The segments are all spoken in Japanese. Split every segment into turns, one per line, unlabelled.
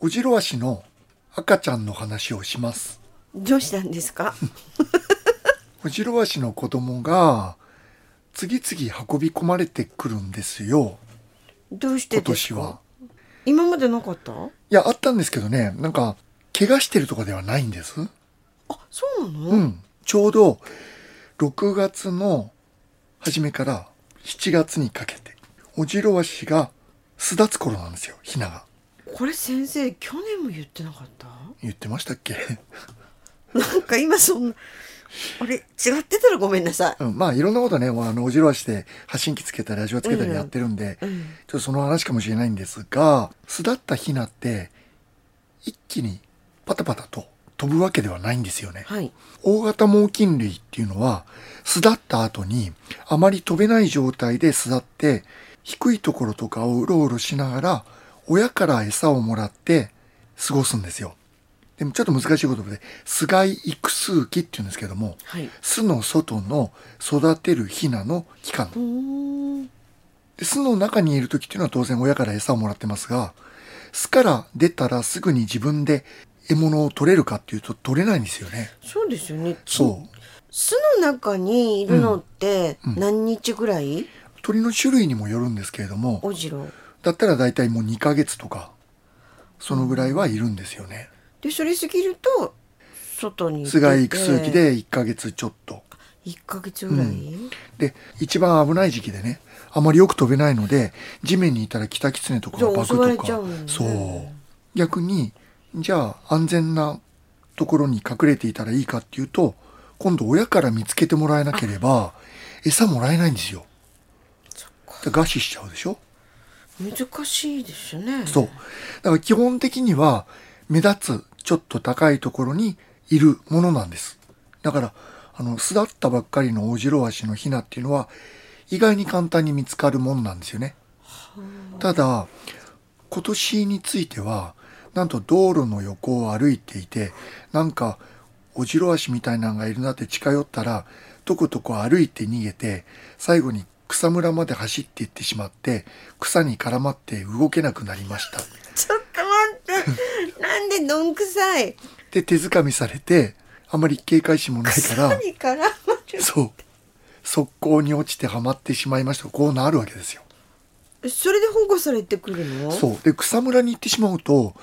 オジロワシの赤ちゃんの話をします。
どうしたんですか
オジロワシの子供が次々運び込まれてくるんですよ、
どうして
今
です
年
か
は。
今までなかった
いや、あったんですけどね、なんか、怪我してるとかではないんです。
あそうなの、
うん。ちょうど、6月の初めから7月にかけて、オジロワシが巣立つ頃なんですよ、ヒナが。
これ先生去年も言ってなかった
言ってましたっけ
なんか今そんなあれ違ってたらごめんなさ
うん。まあ、いろんなことね、まああの、オジロワシで発信機つけたり、ラジオつけたり
うん
やってるんで、ち
い、う
ょ
ん、
っとその話かもしれないんですが、巣立ったヒナって、一気にパタパタと飛ぶわけではないんですよね。
はい
大型猛禽類っていうのは、巣立った後にあまり飛べない状態で巣立って、低いところとかをうろうろしながら、親から餌をもらって過ごすんですよ。でもちょっと難しい言葉で、巣外育数期って言うんですけども、
はい
巣の外の育てるヒナの期間
うーん
で巣の中にいる時っていうのは当然親から餌をもらってますが、巣から出たらすぐに自分で獲物を取れるかっていうと取れないんですよね。
そうですよね
そう。
巣の中にいるのって
うんうん
何日ぐらい、
鳥の種類にもよるんですけれども
おじろ
だったら大体もう2ヶ月とかそのぐらいはいるんですよね
でそれ過ぎると外に出て
巣が育数期で1ヶ月ちょっと
一ヶ月ぐらい、
で一番危ない時期でねあまりよく飛べないので地面にいたらキタキツネとか
じゃあ
バ
襲わ
グ
れ
と
ちゃ
か
うのね
そう逆にじゃあ安全なところに隠れていたらいいかっていうと今度親から見つけてもらえなければ餌もらえないんですよ
そっか
だから餓死しちゃうでしょ
難しいですね
そう。だから基本的には目立つちょっと高いところにいるものなんです。だから、あの、巣立ったばっかりのオジロワシのヒナっていうのは意外に簡単に見つかるもんなんですよね。ただ、今年については、なんと道路の横を歩いていて、なんか、オジロワシみたいなのがいるなって近寄ったら、とことこ歩いて逃げて、最後に草むらまで走っていってしまって、草に絡まって動けなくなりました。
ちょっと 待ってなんでどんくさい
で、手づかみされて、あまり警戒心もないから、
何からまる
そう、速攻に落ちてはまってしまいました。こうなるわけですよ。
それで保護されてくるの
そう。で、草むらに行ってしまうと、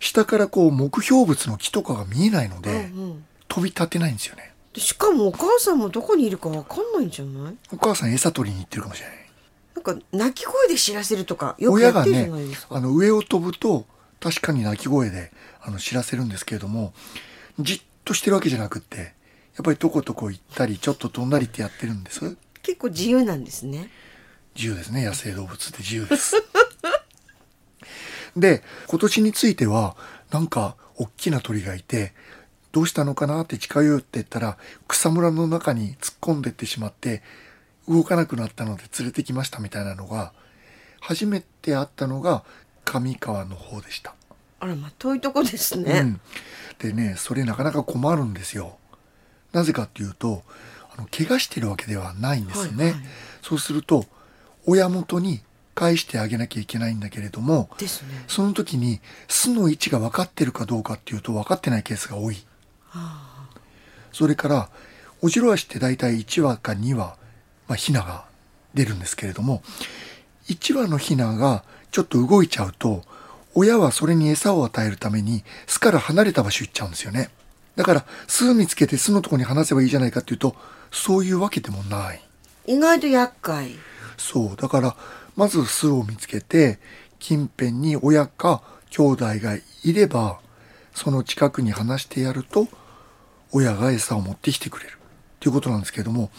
下からこう目標物の木とかが見えないので、
んうん
飛び立てないんですよね。
でしかもお母さんもどこにいるかわかんないんじゃない
お母さん餌取りに行ってるかもしれない。
なんか泣き声で知らせるとかよくや
親
っ
が
てるじゃ
ね
ないですか、
あの上を飛ぶと確かに鳴き声であの知らせるんですけれどもじっとしてるわけじゃなくってやっぱりとことこ行ったりちょっと飛んだりってやってるんです
結構自由なんですね
自由ですね野生動物って自由ですで今年についてはなんか大きな鳥がいてどうしたのかなって近寄って言ったら草むらの中に突っ込んでってしまって動かなくなったので連れてきましたみたいなのが初めて会ったのが上川の方でした、
あらまあ遠いとこです
う
ね、
ん、でねそれなかなか困るんですよなぜかっていうとあの怪我してるわけではないんですよね、
はいはい
そうすると親元に返してあげなきゃいけないんだけれども
ですね
その時に巣の位置が分かってるかどうかっていうと分かってないケースが多い
ああ
それからオジロワシって大体1羽か2羽、まあ、ヒナが出るんですけれども1羽のヒナがちょっと動いちゃうと親はそれに餌を与えるために巣から離れた場所行っちゃうんですよねだから巣見つけて巣のとこに放せばいいじゃないかっていうとそういうわけでもない
意外と厄介
そう。だから、まず巣を見つけて、近辺に親か兄弟がいれば、その近くに離してやると、親が餌を持ってきてくれる。ということなんですけれども、